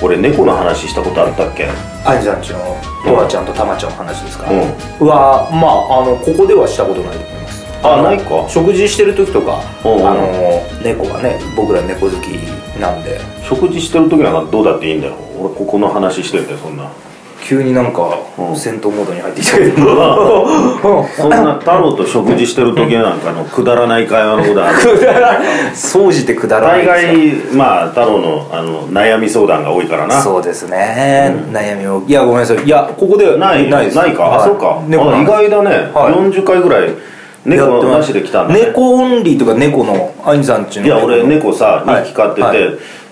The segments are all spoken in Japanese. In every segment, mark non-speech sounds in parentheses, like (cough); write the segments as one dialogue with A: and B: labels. A: 俺猫の話したことあったっけうん
B: アイさんちのドアちゃんとタマちゃんの話ですか、
A: あ
B: はまああのここではしたことないと思います
A: あないか
B: 食事してる時とか、
A: うんうん
B: あの猫がね僕ら猫好きなんで
A: 食事してる時なんかどうだっていいんだよ俺ここの話してんだよそんな (laughs)
B: 急になんか
A: うん
B: 戦闘モードに入ってきたけど、 (laughs)
A: そんな太郎と食事してる時なんかのくだらない会話のことは
B: 掃除ってくだらない
A: 大
B: ですよ
A: 概まあ太郎のあの悩み相談が多いからな
B: そうですね、悩みをいやごめんなさいいやここでは
A: ない
B: ないです
A: か、
B: は
A: あ
B: い
A: そうかあ意
B: 猫の話
A: 外だね、
B: はい
A: 40回ぐらい猫
B: やって
A: の
B: ま
A: な
B: す
A: しで来たんだ、ね、
B: 猫オンリーとか猫のアイさんちの
A: いや俺猫さ
B: はい
A: 2匹飼ってて、
B: はい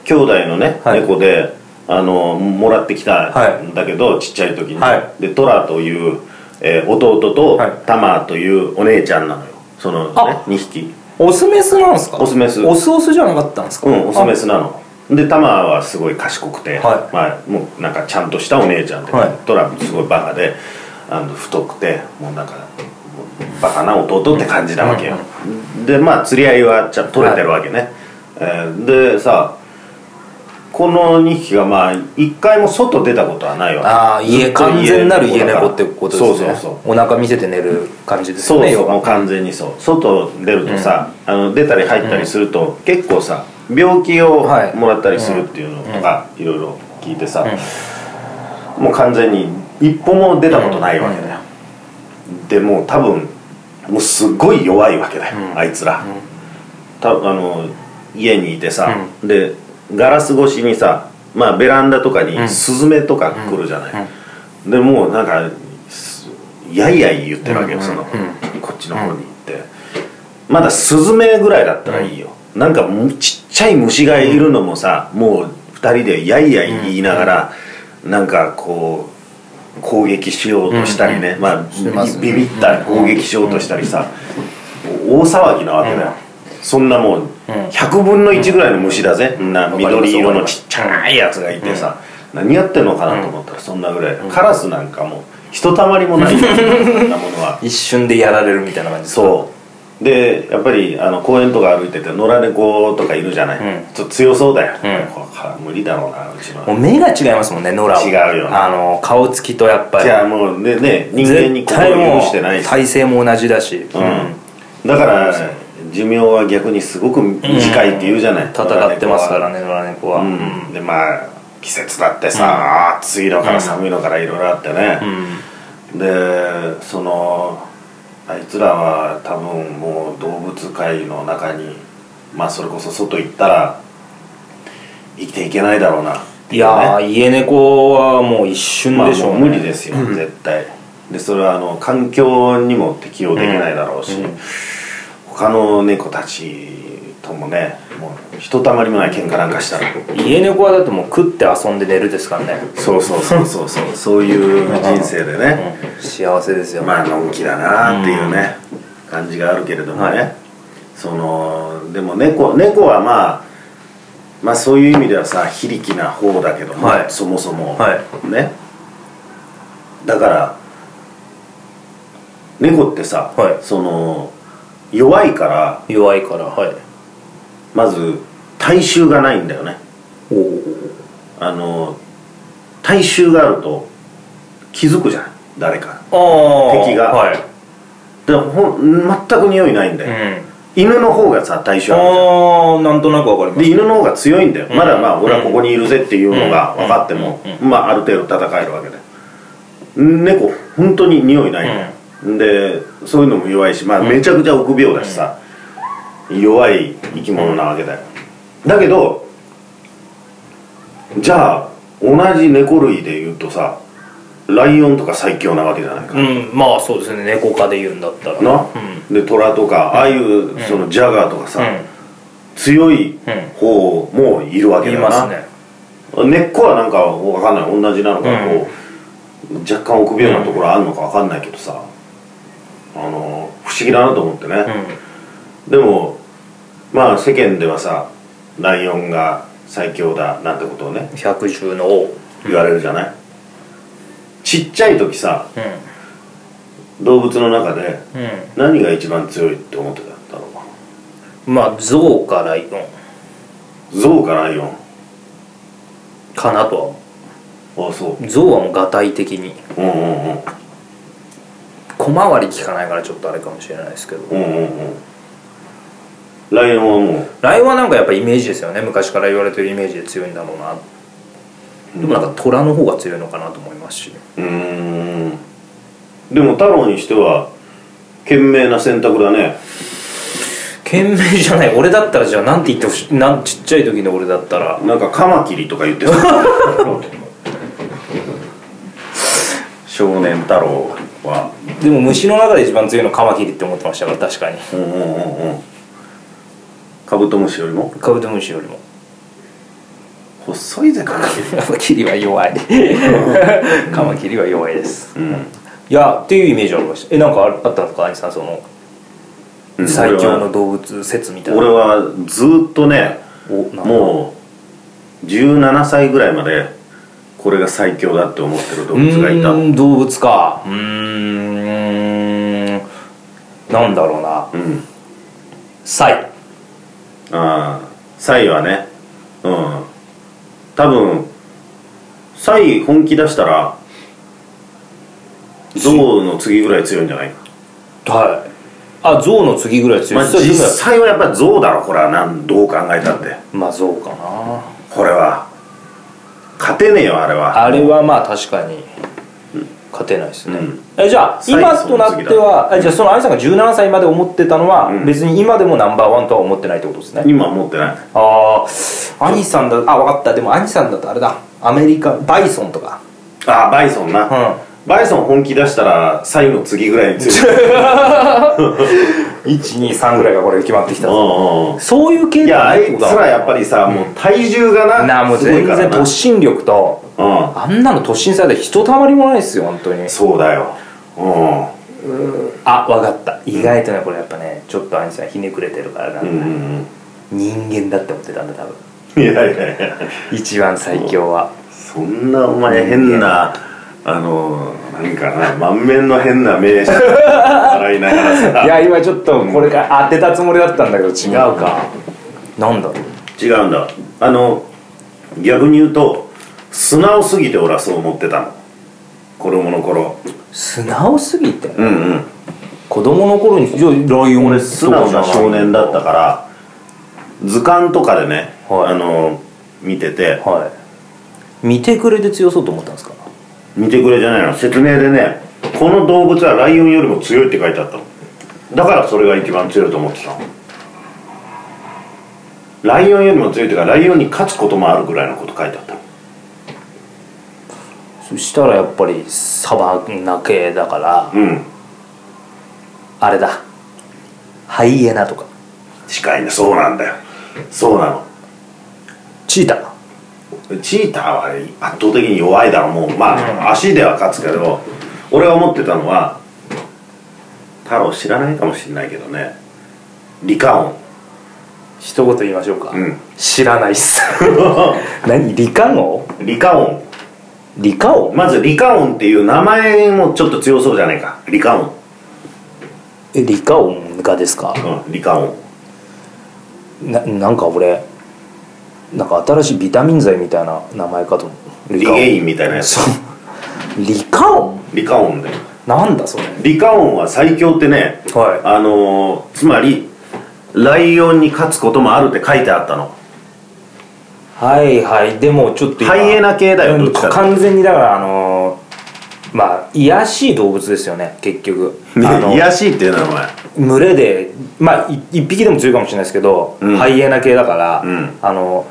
A: 兄弟のね、
B: はい
A: 猫であのもらってきた
B: は
A: んだけど、ちっちゃい時に、
B: は
A: でトラという、えー弟と、
B: はい
A: タマというお姉ちゃんなのよその、ね
B: あ、
A: 2匹
B: オスメスなんですか
A: オスメス
B: オスオスじゃなかったんですか
A: うんオスメスなのでタマはすごい賢くて、
B: はい
A: まあ、もうなんかちゃんとしたお姉ちゃんで、
B: はい
A: トラすごいバカであの太くてもうなんかもうバカな弟って感じなわけよ、でまあ釣り合いはちゃんと取れてるわけね、えーでさこの2匹がまあ1回も外出たことはないわけ
B: ああ
A: ず
B: 家
A: っと
B: 完全なる家
A: だから
B: 猫ってことですね
A: そうそうそう
B: お腹見せて寝る感じですよ
A: そう
B: ね
A: そうも
B: 要
A: う
B: は
A: 完全にそう外出るとさ、あの出たり入ったりすると、結構さ病気をも
B: はい
A: らったりするっていうのとか、いろいろ聞いてさ、もう完全に一歩も出たことないわけだよ、でもう多分もうすごい弱いわけだよ、あいつら、たあの家にいてさ、でガラス越しにさまあベランダとかにスズメとか来るじゃない、でもうなんかすやいやい言ってるわけよ、その、こっちの方に行って、まだスズメぐらいだったらいいよ、なんかむちっちゃい虫がいるのもさ、もう2人でやいやい言いながら、なんかこう攻撃しようとしたりね、まあ
B: してますね
A: ビビったり攻撃しようとしたりさ、大騒ぎなわけだよ、そんなもう100分の1ぐらいの虫だぜ、な緑色のちっちゃいやつがいてさ、何やってんのかなと思ったらそんなぐらい、カラスなんかもうひとたまりもないよそんなもの
B: (laughs)
A: は
B: 一瞬でやられるみたいな感じですか
A: そうでやっぱりあの公園とか歩いてて野良猫とかいるじゃない、
B: うん
A: ちょっと強そうだよ、
B: ん
A: これ無理だろうなうちの
B: もう目が違いますもんね野良は
A: 違うよね
B: あの顔つきとやっぱり
A: じゃあもうねね人間に心を許してない
B: 絶対もう体勢も同じだし、う
A: うん、だから寿命は逆にすごく短いって言うじゃない、
B: 戦ってますからね野良猫は、
A: うん、でまあ季節だってさ、暑いのから寒いのからいろいろあってね、でそのあいつらは多分もう動物界の中にまあそれこそ外行ったら生きていけないだろうなって
B: い
A: ね
B: うやー家猫はもう一瞬
A: まあ
B: でしょ
A: もう
B: う、ね
A: 無理ですよ、絶対でそれはあの環境にも適応できないだろうし、他の猫たちともねもうひとたまりもない喧嘩なんかした
B: (laughs)
A: ら
B: 家猫はだってもう食って遊んで寝るですからね
A: そうそうそうそうそうそういう人生でね、
B: 幸せですよ、
A: まあのんきだなっていうね、感じがあるけれどもね、
B: はい
A: そのでも猫猫はまあまあそういう意味ではさ非力な方だけども、
B: はい
A: そもそも、
B: は
A: ねだから猫ってさ、
B: はい
A: その弱いから
B: 弱いからはい
A: まず体臭がないんだよね
B: おお
A: あの体臭があると気づくじゃん誰か
B: ああ
A: 敵が
B: はい、
A: でほん全く匂いないんだ
B: う
A: よ、
B: ん、
A: 犬の方がさ体臭あるじゃん
B: ああなんとなくわかりま
A: です犬の方が強いんだよ、
B: ん
A: まだまあ俺はここにいるぜっていうのが
B: うん
A: 分かっても、
B: うん
A: まあある程度戦えるわけで猫本当に匂いないのよ、でそういうのも弱いし、まあ、めちゃくちゃ臆病だしさ、弱い生き物なわけだよだけどじゃあ同じ猫類で言うとさライオンとか最強なわけじゃないか、
B: うんまあそうですね猫科で言うんだったら
A: な
B: うん、
A: で虎とかああいうそのジャガーとかさ、
B: う
A: 強い方もいるわ
B: ん、
A: け
B: い
A: だよな、
B: ますね
A: 根っこはなんかわかんない同じなのかこう、若干臆病なところあるのかわかんないけどさ、あの不思議だなと思って
B: う
A: ね、
B: ん
A: でもまあ世間ではさライオンが最強だなんてことをね
B: 百獣の王
A: 言われるじゃない、ちっちゃい時さ
B: う
A: 動物の中で
B: ん、
A: 何が一番強いって思ってたのか
B: うん、まあ象かライオン
A: 象かライオン
B: かなとは思
A: あそう
B: 象はもうがたい的に
A: ううんうんうん
B: 小回り効かないからちょっとあれかもしれないですけど
A: うんうんうんライオンはも
B: ライオンはなんかやっぱイメージですよね昔から言われてるイメージで強いんだろうな
A: う
B: でもなんか虎の方が強いのかなと思いますし
A: うーんでも太郎にしては賢明な選択だね
B: 賢明じゃない俺だったらじゃあなんて言ってほしいなんちっちゃい時の俺だったら
A: なんかカマキリとか言ってた少年太郎は
B: でも虫の中で一番強いのカマキリって思ってましたから確かに
A: うんうんうんうんカブトムシよりも
B: カブトムシよりも
A: 細いぜカマキリ
B: カマキリは弱いカマキリは弱いです
A: うん
B: いやっていうイメージはありましたえなんかああったんですか兄さんその
A: うん
B: 最強の動物説みたいな
A: 俺はずーっとね
B: おなんか
A: もう17歳ぐらいまでこれが最強だって思ってる動
B: う
A: 物がいた
B: ーん動物かうーんなんだろうな
A: うん
B: サイ
A: ああサイはねうん多分サイ本気出したらゾウの次ぐらい強いんじゃ
B: (laughs)
A: ないか
B: はいあ象の次ぐらい
A: ま
B: 強い
A: あ
B: それで
A: 実
B: も
A: 際はやっぱりゾウだろこれはなんどう考えたって
B: まあ象かな
A: これは勝てねえよあれは
B: あれはまあ確かに勝てないですね、
A: うん
B: えじゃあ
A: 最
B: 今となってはえじゃあそのアイさんが17歳まで思ってたのは、
A: うん
B: 別に今でもナンバーワンとは思ってないってことですね、
A: 今は持ってない
B: ああ兄さんだあ分かったでも兄さんだとあれだアメリカバイソンとか
A: ああバイソンな、
B: う
A: バイソン本気出したらサイの次ぐらい
B: (laughs)
A: に強い
B: 123ぐらいがこれ決まってきた
A: うんうん
B: そういう系
A: い
B: で
A: や
B: は
A: あ
B: ない
A: いつら
B: や
A: やっぱりさ、もう体重がな
B: なあもう
A: すごい
B: 全
A: から
B: 然
A: な
B: 突進力と
A: うん
B: あんなの突進されたらひとたまりもないですよ本当に
A: そうだようん
B: あ分かった意外とねこれやっぱねちょっと兄さんひねくれてるからな、
A: うん
B: 人間だって思ってたんだ多分
A: いやいやいや
B: 一番最強は
A: そんなお前変なあのなんかな満面の変な目して笑いながらさ
B: いや今ちょっとこれが当てたつもりだったんだけど違うか、なんだろう
A: 違うんだあの逆に言うと素直すぎて俺はそう思ってたの子供の頃
B: 素直すぎて
A: うんうん
B: 子供の頃にじゃあライオン
A: 俺素直な少年だったから図鑑とかでね、
B: はい
A: あの見てて
B: はい見てくれて強そうと思ったんですか
A: 見てくれじゃないの説明でねこの動物はライオンよりも強いって書いてあったのだからそれが一番強いと思ってたのライオンよりも強いっていうかライオンに勝つこともあるぐらいのこと書いてあったの
B: そしたらやっぱりサバナ系だから
A: うん
B: あれだハイエナとか
A: 近いねそうなんだよそうな
B: チータ
A: のチーターは圧倒的に弱いだろうもうまあ足では勝つけど俺が思ってたのは太郎知らないかもしれないけどねリカオン
B: 一言言いましょうか、 (laughs)
A: うん
B: 知らないっす (laughs) 何リカオ
A: リカオン
B: リカオ
A: まずリカオンっていう名前もちょっと強そうじゃないかリカオン、
B: えリカオンがですか
A: うん、リカオン
B: ななんか俺なんか新しいビタミン剤みたいな名前かと思う
A: リ
B: カオン
A: ゲインみたいなやつ
B: そうリカオン
A: リカオンで
B: なんだそれ
A: リカオンは最強ってね
B: は
A: あのー、つまりライオンに勝つこともあるって書いてあったの
B: はいはいでもちょっと今
A: ハイエナ系だよ
B: うん
A: どっちかって
B: 完全にだからあのーまあ癒やしい動物ですよね結局あの
A: ねいやしいっていうのはお前
B: 群れでまあい一匹でも強いかもしれないですけど、
A: うん
B: ハイエナ系だから、
A: うん
B: あの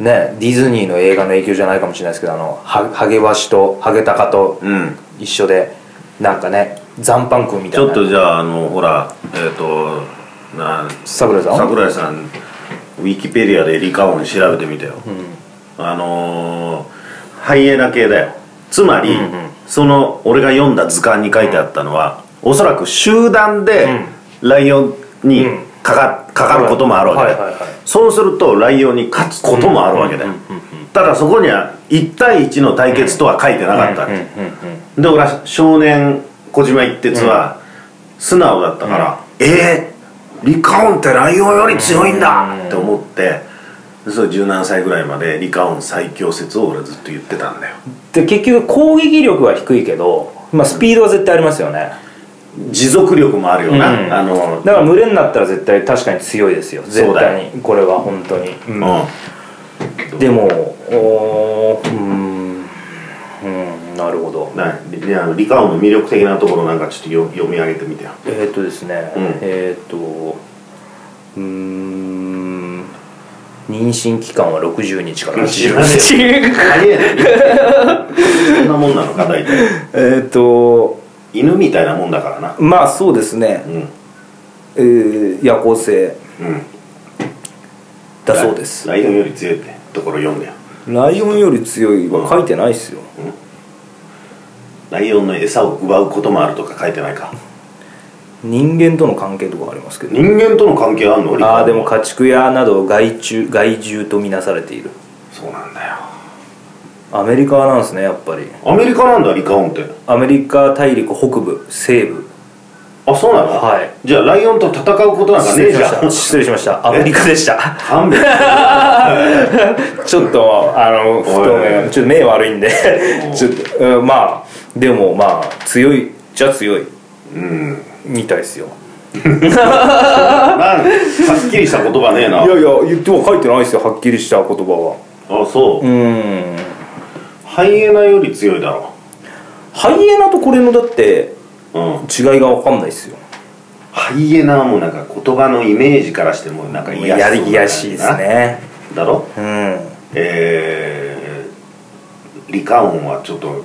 B: ねディズニーの映画の影響じゃないかもしれないですけどあのハハゲワシとハゲタカと
A: うん
B: 一緒で、なんかね残飯君み
A: ち
B: たい
A: ょっ
B: な
A: とじゃああのほらえっ、とな
B: 桜井さん
A: 桜井さんウィキペディアでリカオン調べてみてよ、あのーハイエナ系だよつまり、
B: んうん
A: その俺が読んだ図鑑に書いてあったのは、おそらく集団でライオンに
B: うん
A: かか,、かかることもあるわけだよ、
B: はいはいはい
A: そうするとライオンに勝つこともあるわけだよ、ただそこには1対1の対決とは書いてなかったわけ、
B: うんうんうん
A: で俺は少年小島一徹は素直だったから、えー、リカオンってライオンより強いんだって思ってそう17歳ぐらいまでリカオン最強説を俺はずっと言ってたんだよ
B: で結局攻撃力は低いけど、まあ、スピードは絶対ありますよね、
A: 持続力もあるよな、
B: うん
A: あの
B: だから群れになったら絶対確かに強いですよ
A: そ
B: 絶
A: うだよ
B: 対にこれは本当に、うん
A: う
B: でもおーうーんうんなるほど
A: んなリリあのリカオンの魅力的なところなんかちょっとよ読み上げてみてよ
B: えーっとですね、
A: うん
B: えーっとうーん妊娠期間は60日から80
A: 知
B: 日
A: 何やねんそんなもんなのか大体
B: (laughs) えーっと
A: 犬みたいなもんだからな
B: まあそうですね
A: う、ん
B: えー夜行性
A: うん
B: だそうです
A: ライライオンより強いってところ読んでよ
B: ライオンより強いは書いてないっすよ
A: ライオンの餌を奪うこともあるとか書いてないか
B: 人間との関係とかありますけど
A: 人間との関係あんのリカオン
B: あ
A: は
B: あでも家畜やなど害虫害獣とみなされている
A: そうなんだよ
B: アメリカなんですねやっぱり
A: アメリカなんだリカオンって
B: アメリカ大陸北部西部
A: あそうなの
B: はい
A: じゃあライオンと戦うことなんか
B: 失
A: ねえ
B: 礼し
A: じ
B: ま
A: ゃ
B: した
A: ん
B: 失礼しましたアメリカでした
A: 勘弁して
B: ちょっとあの不透
A: お
B: 明
A: い
B: ちょっと目悪いんでちょっと、うんまあでもまあ強いじゃ強い
A: うん
B: みたいですよ
A: なんはっきりした言葉ねえ
B: い
A: な
B: やいや言っても書いてないですよはっきりした言葉は
A: あそう、
B: うん
A: ハイエナより強いだろ
B: ハイエナとこれのだって
A: うん
B: 違いが分かんないですよ
A: ハイエナはもうなんか言葉のイメージからしてもなんか
B: い
A: 嫌
B: やいやしいですね
A: だろ
B: うん
A: えー、リカオンはちょっと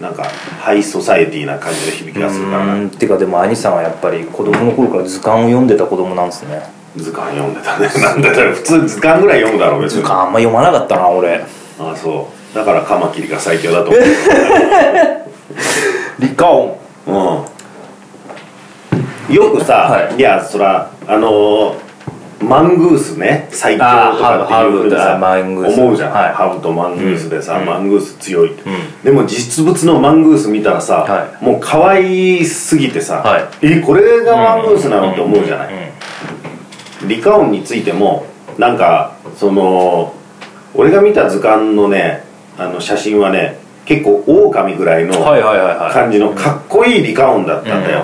A: なんかハイソサエティな感じの響きがするから
B: う
A: なん
B: てかでも兄さんはやっぱり子供の頃から図鑑を読んでた子供なんですね
A: 図鑑読んでたねなんだったら普通図鑑ぐらい読むだろう別
B: 図
A: に
B: 鑑あんま読まなかったな俺
A: あそうだからカマキリが最強だと思う
B: リカオン
A: うん、よくさ、、
B: はい
A: やそらあのーマングースね最強とかっていうふうに
B: あーハブハ
A: さ
B: ブとマングース
A: 思うじゃん、
B: はい
A: ハブとマングースでさ、マングース強いって、
B: ん
A: でも実物のマングース見たらさ、
B: は
A: もう可愛すぎてさ、
B: は
A: えこれがマングースなのって思うじゃない、
B: うんうん
A: リカオンについてもなんかその俺が見た図鑑のねあの写真はね結構狼ぐらいの
B: はいはいはいはい
A: 感じのかっこいいリカオンだったんだよ、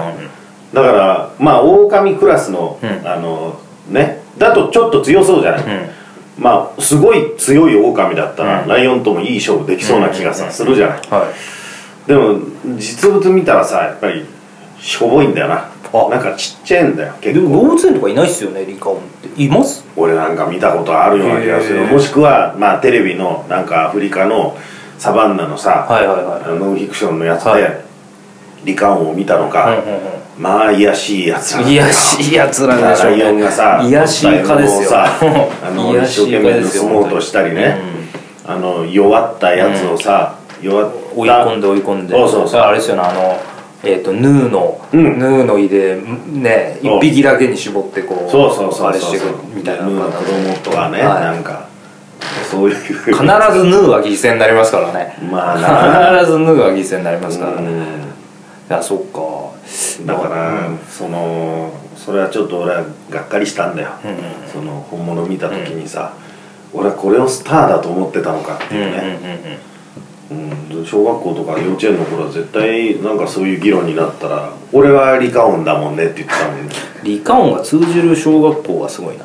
A: だからまあ狼クラスの、
B: うん
A: あのねだとちょっと強そうじゃない、
B: うん
A: まあすごい強い狼だったら、
B: うん
A: ライオンともいい勝負できそうな気がさ、
B: うん
A: するじゃない
B: はい
A: でも実物見たらさやっぱりしょぼいんだよな
B: あ
A: なんかちっちゃいんだよ
B: で
A: 結
B: も動
A: 構
B: 物園とかいないっすよねリカオンっています
A: 俺なんか見たことあるような気がす
B: へ
A: る
B: ー
A: もしくはまあテレビのなんかアフリカのサバンナのさ、
B: はいはいはい
A: あのノンフィクションのやつで、
B: はい
A: リカオンを見たのか、
B: う
A: まあ癒やしいやつら
B: んうんいやしいやつらでしょう
A: ライオン
B: ね
A: がさ
B: いやしい蚊ですよ
A: さあの
B: いや
A: 一
B: し
A: 生
B: い蚊
A: 懸
B: で
A: 命
B: すよ
A: 盗もうとしたりね、あの弱ったやつをさ、弱った
B: 追い込んで追い込んで
A: そうそうそう
B: あれですよねあのえっとヌーの
A: うん
B: ヌーの胃でね
A: そう
B: 一匹だけに絞ってこう
A: そうそう
B: あ
A: そう
B: れし
A: そ
B: て
A: う
B: いくみたいな
A: ムーの子供とかね、
B: はい
A: なんかそういう
B: 必ずヌーは犠牲になりますからね
A: まあな
B: 必ずヌーは犠牲になりますからね、い
A: うん
B: やそっか
A: だから、
B: うん
A: そのそれはちょっと俺はがっかりしたんだよ、
B: うんうん
A: その本物見た時にさ、俺はこれをスターだと思ってたのかって
B: うん
A: いううんね、
B: うん
A: うん、小学校とか幼稚園の頃は絶対なんかそういう議論になったら「俺はリカオンだもんね」って言ってたもんね
B: リカオンが通じる小学校はすごいな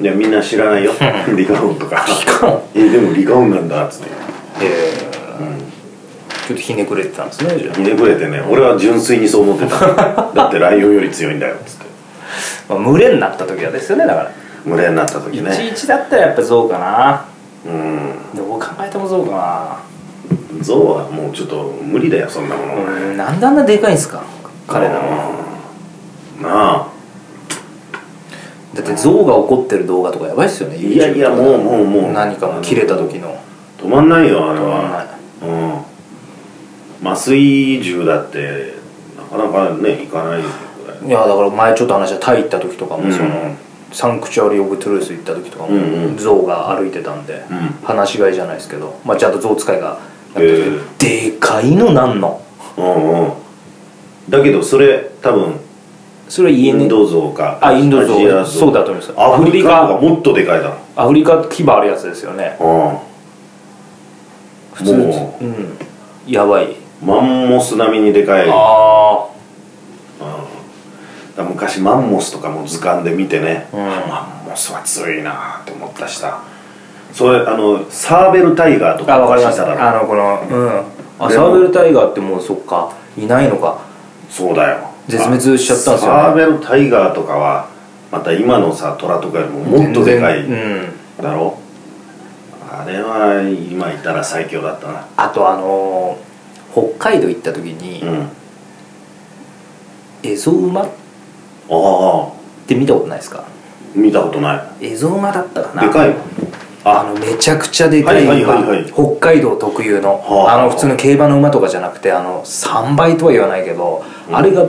B: い
A: やみんな知らないよリカオンとか
B: リカオン
A: えでもリカオンなんだっつって
B: えーちょっとひねくれてたんですねじゃ
A: ひねくれてね俺は純粋にそう思って
B: (laughs)
A: ただってライオンより強いんだよっつって
B: あ、まあ、群れになった時はですよねだから
A: 群れになった時ね
B: 11だったらやっぱ象かな
A: うん
B: どう考えても象か
A: ゾウはもうちょっと無理だよそんなも
B: な
A: の、
B: うんなんであんなでかいんすか彼らは
A: うんなあ
B: だって象が怒ってる動画とかやばいっすよね
A: いやいや
B: YouTube
A: もうもうもう
B: 何かも切れた時の
A: 止まんないよあれ
B: 止まんない
A: はうん麻酔銃だってなかなかねいかないぐらい
B: いやだから前ちょっと話したタイ行った時とかも、
A: うん
B: そのサンクチュアリ・オブ・トゥルース行った時とかも、
A: うんうん
B: 象が歩いてたんで、
A: う
B: 放し飼いじゃないですけど、まあ、ちゃんと象使いがやって
A: へ
B: るでかいのなんの
A: うんうんだけどそれ多分
B: それは
A: イ
B: 家
A: ン
B: に
A: ド像か
B: あインド象
A: アジア
B: そうだと思います
A: アフリカ
B: ア
A: の
B: フ
A: 方がもっとでかいだろ
B: アフリカ牙あるやつですよね普通
A: も
B: うんやばい
A: マンモス並みにでかいだか
B: あ
A: ら昔マンモスとかも図鑑で見てね、
B: うん
A: マンモスは強いなって思ったしさそれあのサーベルタイガーと
B: ああ
A: か
B: わかりま
A: 昔い
B: した
A: ろ
B: あのこのうんあ
A: で
B: サ
A: も
B: ーベルタイガーってもうそっかいないのか
A: そうだよ
B: 絶滅しちゃったんですよね
A: サーベルタイガーとかはまた今のさ虎とかよりももっとでかい
B: 全然うん
A: だろあれは今いたら最強だったな
B: あとあのー北海道行った時に、
A: うん
B: エゾウマっ
A: ああ
B: て見たことないですか
A: 見たことない
B: エゾウマだったかな
A: でかいの
B: あ
A: あ
B: のめちゃくちゃでかい
A: はい
B: 馬
A: はいはいはい
B: 北海道特有の、
A: はあ
B: あの普通の競馬の馬とかじゃなくてあの3倍とは言わないけど、
A: うん
B: あれが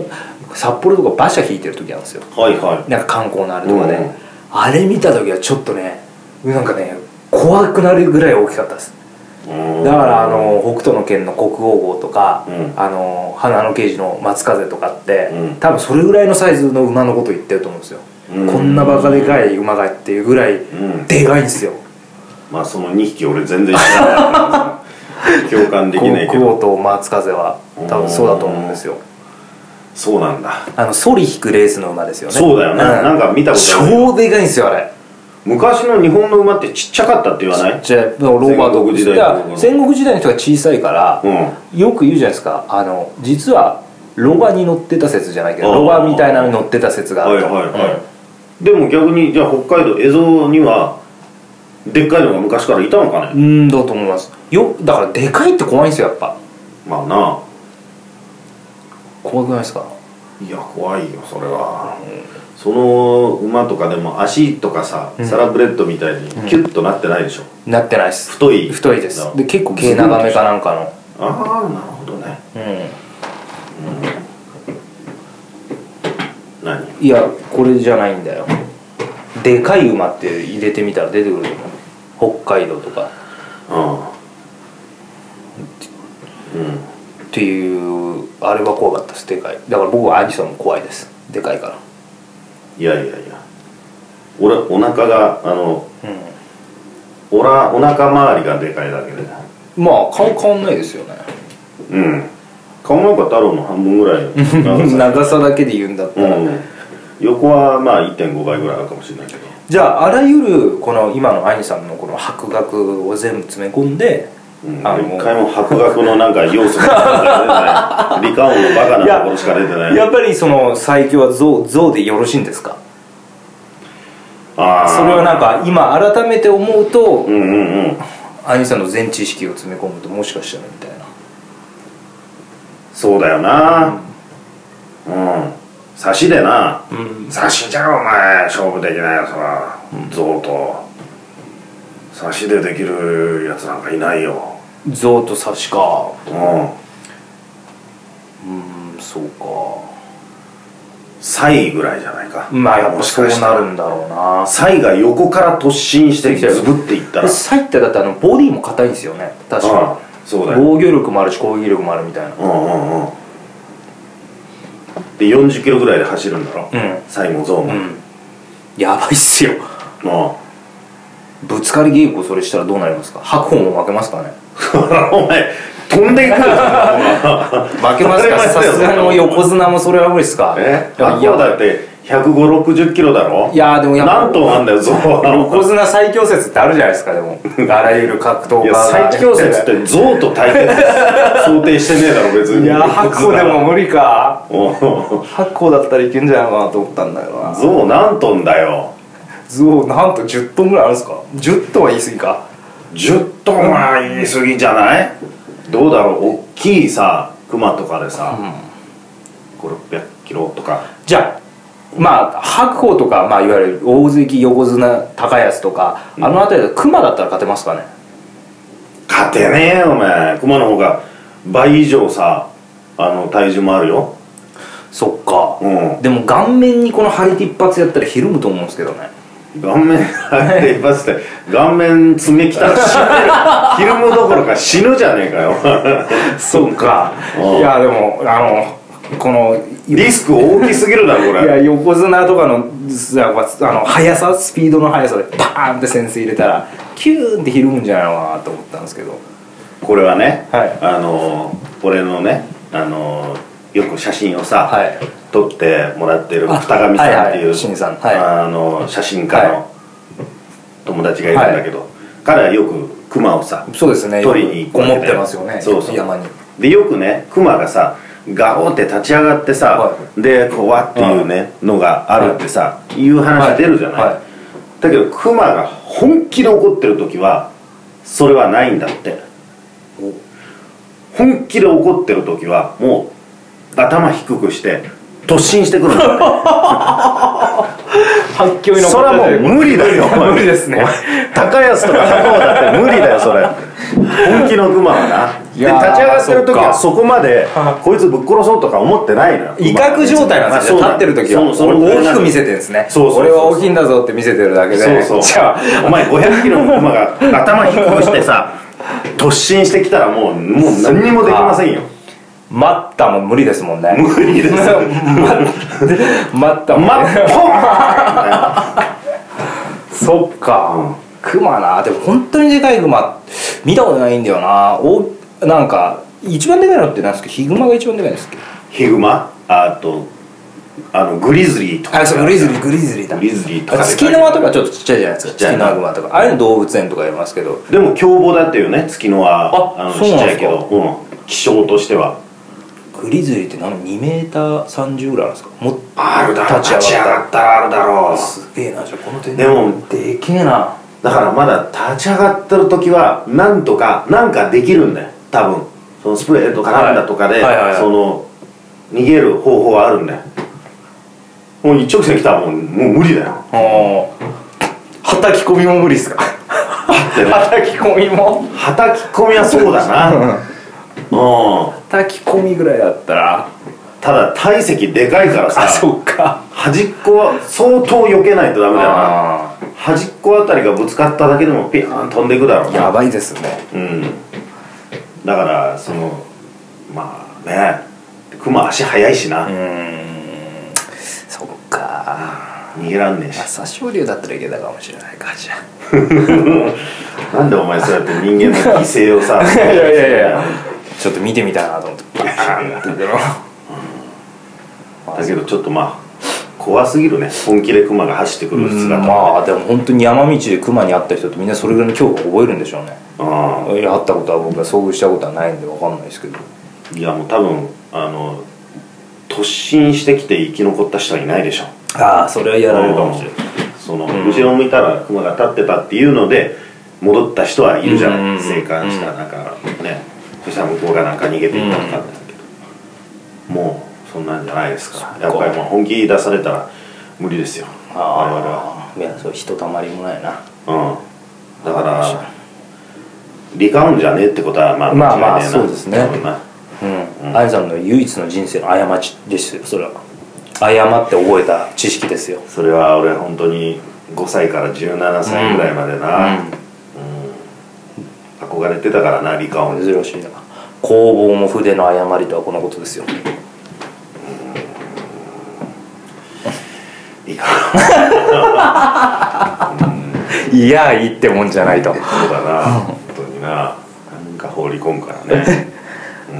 B: 札幌とか馬車引いてる時なんですよ
A: はいは
B: なんか観光のあれとかで、
A: うんうん
B: あれ見た時はちょっとねなんかね怖くなるぐらい大きかったです
A: いうん
B: だからあの北斗の拳の国王号とか、
A: うん
B: あの花の刑事の松風とかって、
A: うん
B: 多分それぐらいのサイズの馬のこと言ってると思うんですよ、
A: うん
B: こんなバカでかい馬がっていうぐらい
A: ん
B: でかいんですよ、
A: まあその2匹俺全然知らないから
B: (laughs)
A: 共感できないけ
B: 国
A: ど
B: 王と松風は多分そうだと思うんですよ
A: そうなんだ
B: あのソリ引くレースの馬ですよね
A: そうだよねなんか見たことある
B: 超でかいんですよあれ
A: 昔の日本の馬ってちっちゃかったって言わない
B: じゃあローバート
A: 戦国時代
B: いや戦国時代の人が小さいから、
A: うん
B: よく言うじゃないですかあの実はロバに乗ってた説じゃないけど
A: あー
B: ロバみたいなのに乗ってた説があると
A: はいはいはいでも逆にじゃあ北海道蝦夷にはでっかいのが昔からいたのかね
B: うんうんだと思いますよだからでかいって怖いんですよやっぱ
A: まあな
B: 怖くないですか
A: いや怖いよそれは、その馬とかでも足とかさ、サラブレッドみたいにキュッとなってないでしょ、
B: なってないです
A: 太い
B: 太いです
A: な
B: で結構毛長めかなんかの
A: ああなるほどね
B: う
A: 何
B: んいやこれじゃないんだよでかい馬って入れてみたら出てくると思う北海道とか
A: うんうん
B: っていうあれは怖かったですでかいだから僕はアニソンも怖いですでかいから
A: いやいやいや俺お腹があの
B: う
A: おらお腹周りがでかいだけで
B: んまあ顔変わんないですよね
A: うん顔なんか太郎の半分ぐ (laughs) らいの長さ
B: (laughs) 長さだけで言うんだったら、
A: うん、横はまあ1.5倍ぐらいあるかもしれないけど
B: じゃああらゆるこの今のアニさんのこの博学を全部詰め込んで、
A: うん
B: あの
A: 一回も博学のなんか要素が出てない理科音のバカなところしか出てない
B: やっぱりその最強は象象でよろしいんですか
A: あー
B: それはなんか今改めて思うと、
A: うんうんうん
B: アニさんの全知識を詰め込むともしかしたらみたいな
A: そうだよなうん差しでな
B: うん
A: 差しじゃお前勝負できないやつは象と差しでできるやつなんかいないよ
B: 象と差しか
A: うん
B: うんそうか
A: サイぐらいじゃないか
B: まあやっぱ
A: もし
B: そう
A: かした
B: な
A: ら
B: るんだろうな
A: サイが横から突進してズブっていった
B: で
A: ら
B: サイってだってあのボディも硬いんですよね確
A: うん
B: か
A: そうだよ
B: 防御力もあるし攻撃力もあるみたいな
A: うんうんうんで40キロぐらいで走るんだろ、
B: うん
A: サイもゾウも、
B: う
A: うん
B: んやばいっすよぶつかり稽古それしたらどうなりますか白鵬も負けますかね
A: お前飛ん (laughs) でいく (laughs) よ
B: 負けま
A: 負
B: す
A: け
B: か
A: ます
B: さ
A: よ
B: すがの横綱もそれは無理っすか
A: え
B: いや
A: 白鵬だって15060キロだろ
B: いやでもやっぱ
A: 何トンあんだよゾウは
B: 横綱最強説ってあるじゃないですかでも (laughs) あらゆる格闘
A: (laughs) い
B: 家
A: や
B: が
A: 最強説
B: (laughs)
A: ってゾウと対決 (laughs) 想定してねえだろ別
B: い
A: に
B: や白鵬で
A: (laughs)
B: も無理か
A: も
B: 白鵬だったらいけんじゃないかなと思ったんだけどな
A: ゾウ何トンだよ
B: 象なんと10トンぐらいあるんですか10トンは言い過ぎか
A: 10トンは言い過ぎじゃないどうだろう大きいさクマとかでさ、5600キロとか
B: じゃあまあ白鵬とか、まあ、いわゆる大関横綱高安とか、あの辺りで熊だったら勝てますかね
A: 勝てねえよお前熊の方が倍以上さあの体重もあるよ
B: そっか、
A: うん
B: でも顔面にこの張り手一発やったらひるむと思うんですけどね
A: 顔面入って一発で顔面爪き (laughs) たら死ぬよひるむどころか死ぬじゃねえかよ
B: そうかいやでもあのこの
A: リスク大きすぎるだろこ
B: いや
A: れ
B: 横綱とかのさあの速さスピードの速さでパーンって先制入れたらキューンってひるむんじゃないのかなと思ったんですけど
A: これはね、
B: はい
A: あのー俺のね、あのーよく写真をさ、
B: はい
A: 撮ってもらってる二上
B: あはい
A: さん
B: はい
A: っていう、
B: 新さんはい
A: あのー写真家
B: はい
A: の友達がいるんだけど、彼はよく熊をさ
B: そうですね
A: 取りに行く
B: こ
A: わけ
B: も
A: だ
B: ってますよね
A: そうそう
B: 山に
A: でよくね熊がさガオって立ち上がってさ、
B: は
A: でこうわっていうね、のがあるってさ、いう話出るじゃない、
B: はいはい
A: だけど熊が本気で怒ってる時はそれはないんだって本気で怒ってる時はもう頭低くして突進してくるんだよね
B: 発狂に
A: (laughs) それはもう (laughs) 無理だよお前
B: 無理ですね
A: 高安とか高尾だって無理だよそれ本気の熊はないで立ち上
B: やー
A: がってる時は
B: そ
A: そこまで (laughs) こいつぶっ殺そうとか思ってないのよ
B: 威嚇状態なんですよ、
A: まあ
B: 立ってる時は
A: そうそう
B: 俺大きく見せてるんですね
A: そうそうそう
B: 俺は大きいんだぞって見せてるだけで
A: そうそう
B: じゃあ
A: お前500キロの馬が頭低くしてさ突進してきたらもうもう何にもできませんよ
B: (laughs) 待ったも無理ですもんね
A: 無理です
B: (laughs) 待ったもんね
A: まっ
B: そっか、クマなでも本当にでかいクマ見たことないんだよなおなんか一番でかいのってなんですかヒグマが一番でかいんですっけ
A: ヒグマあとあのグリズリーとか
B: あそうグリズリーグリズリーだ
A: グリズリーとかで
B: あ
A: かい
B: ツキノワとかちょっとちっちゃいじゃないですか
A: ちっちゃ
B: ツ
A: い
B: キ
A: な
B: ノワグマとかああいうの動物園とかやりますけど
A: でも凶暴だっていうね月のは
B: あ
A: の
B: そう
A: ち
B: な
A: っち
B: んで
A: ゃ
B: す
A: い
B: か
A: けど、うん、気象としては
B: グリズリーって何2メーター30ぐらいあるんですかもっと
A: あるだ
B: ろ
A: 立ち上がったらあるだろう
B: すげえなじゃあこの点
A: でも
B: でけえな
A: だからまだ立ち上がってる時はなんとかなんかできるんだよ多分そのスプレーとかなんだとかで、
B: はいはいはいはい
A: その逃げる方法はあるんだよもう一直線来たらもうもう無理だよ
B: はたき込みも無理っすか
A: でね
B: (laughs) はたき込みも
A: はたき込みはそうだ
B: (laughs)
A: なうん
B: はたき込みぐらいだったら
A: ただ体積でかいからさ
B: あそっか
A: 端っこは相当避けないとダメだよな
B: あ
A: 端っこあたりがぶつかっただけでもピャーン飛んでいくだろう
B: ー
A: な
B: やばいですね
A: うんだからそのまあねクマ足速いしな、
B: うんそっか
A: 逃げらんねえし
B: 朝青龍だったらいけたかもしれないかじゃ
A: なんでお前そうやって人間の犠牲をさ
B: (laughs) いやいやいやいやちょっと見てみたいなと思ってバーンって言って
A: だけどちょっとまあ怖すぎるね本気でクマが走ってくる姿
B: まあでも本当に山道で熊に会った人ってみんなそれぐらいの恐怖を覚えるんでしょうね
A: う
B: いや会ったことは僕は遭遇したことはないんでわかんないですけど
A: んいやもう多分あの突進してきて生き残った人はいないでしょ
B: ああそれはやられるかもしれない
A: その、後ろ向いたらクマが立ってたっていうので戻った人はいるじゃ
B: うんうん
A: な
B: う
A: い生
B: ん
A: 還したなんかねそしたら向こうがなんか逃げていったのかんですけど、もうそんなんじゃないですからやっぱりもう本気出されたら無理ですよ
B: ああいやそうひとたまりもないな
A: 我々はうんだからリカウンじゃねえってことはまあ
B: まあまあ
A: 間違いねえな
B: そうですね
A: 多分な
B: うんあやさんの唯一の人生の過ちですよそれは誤って覚えた知識ですよ
A: それは俺本当に5歳から17歳ぐらいまでな、憧れてたからなリカオン
B: うん珍しいな工房も筆の誤りとはこのことですよ
A: リカオン
B: いやいいってもんじゃないと
A: そうだな本当にななんか放り込むからね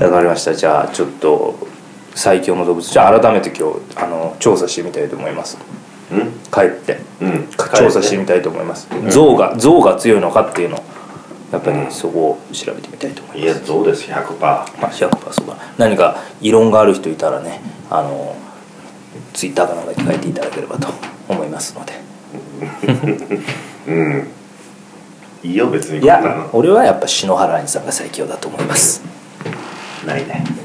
B: わかりましたじゃあちょっと最強の動物じゃあ改めて今日あの調査してみたいと思います
A: うん
B: 帰って
A: うん
B: 調査してみたいと思います象が象が強いのかっていうのをやっぱりそこを調べてみたいと思い
A: いやそうです100%パ
B: ます、まあ、100%そうだ何か異論がある人いたらねあのツイッターかなんかに書いていただければと思いますので
A: ーうんいいよ別に
B: い
A: こんな
B: や
A: の
B: 俺はやっぱ篠原兄さんが最強だと思います
A: ないね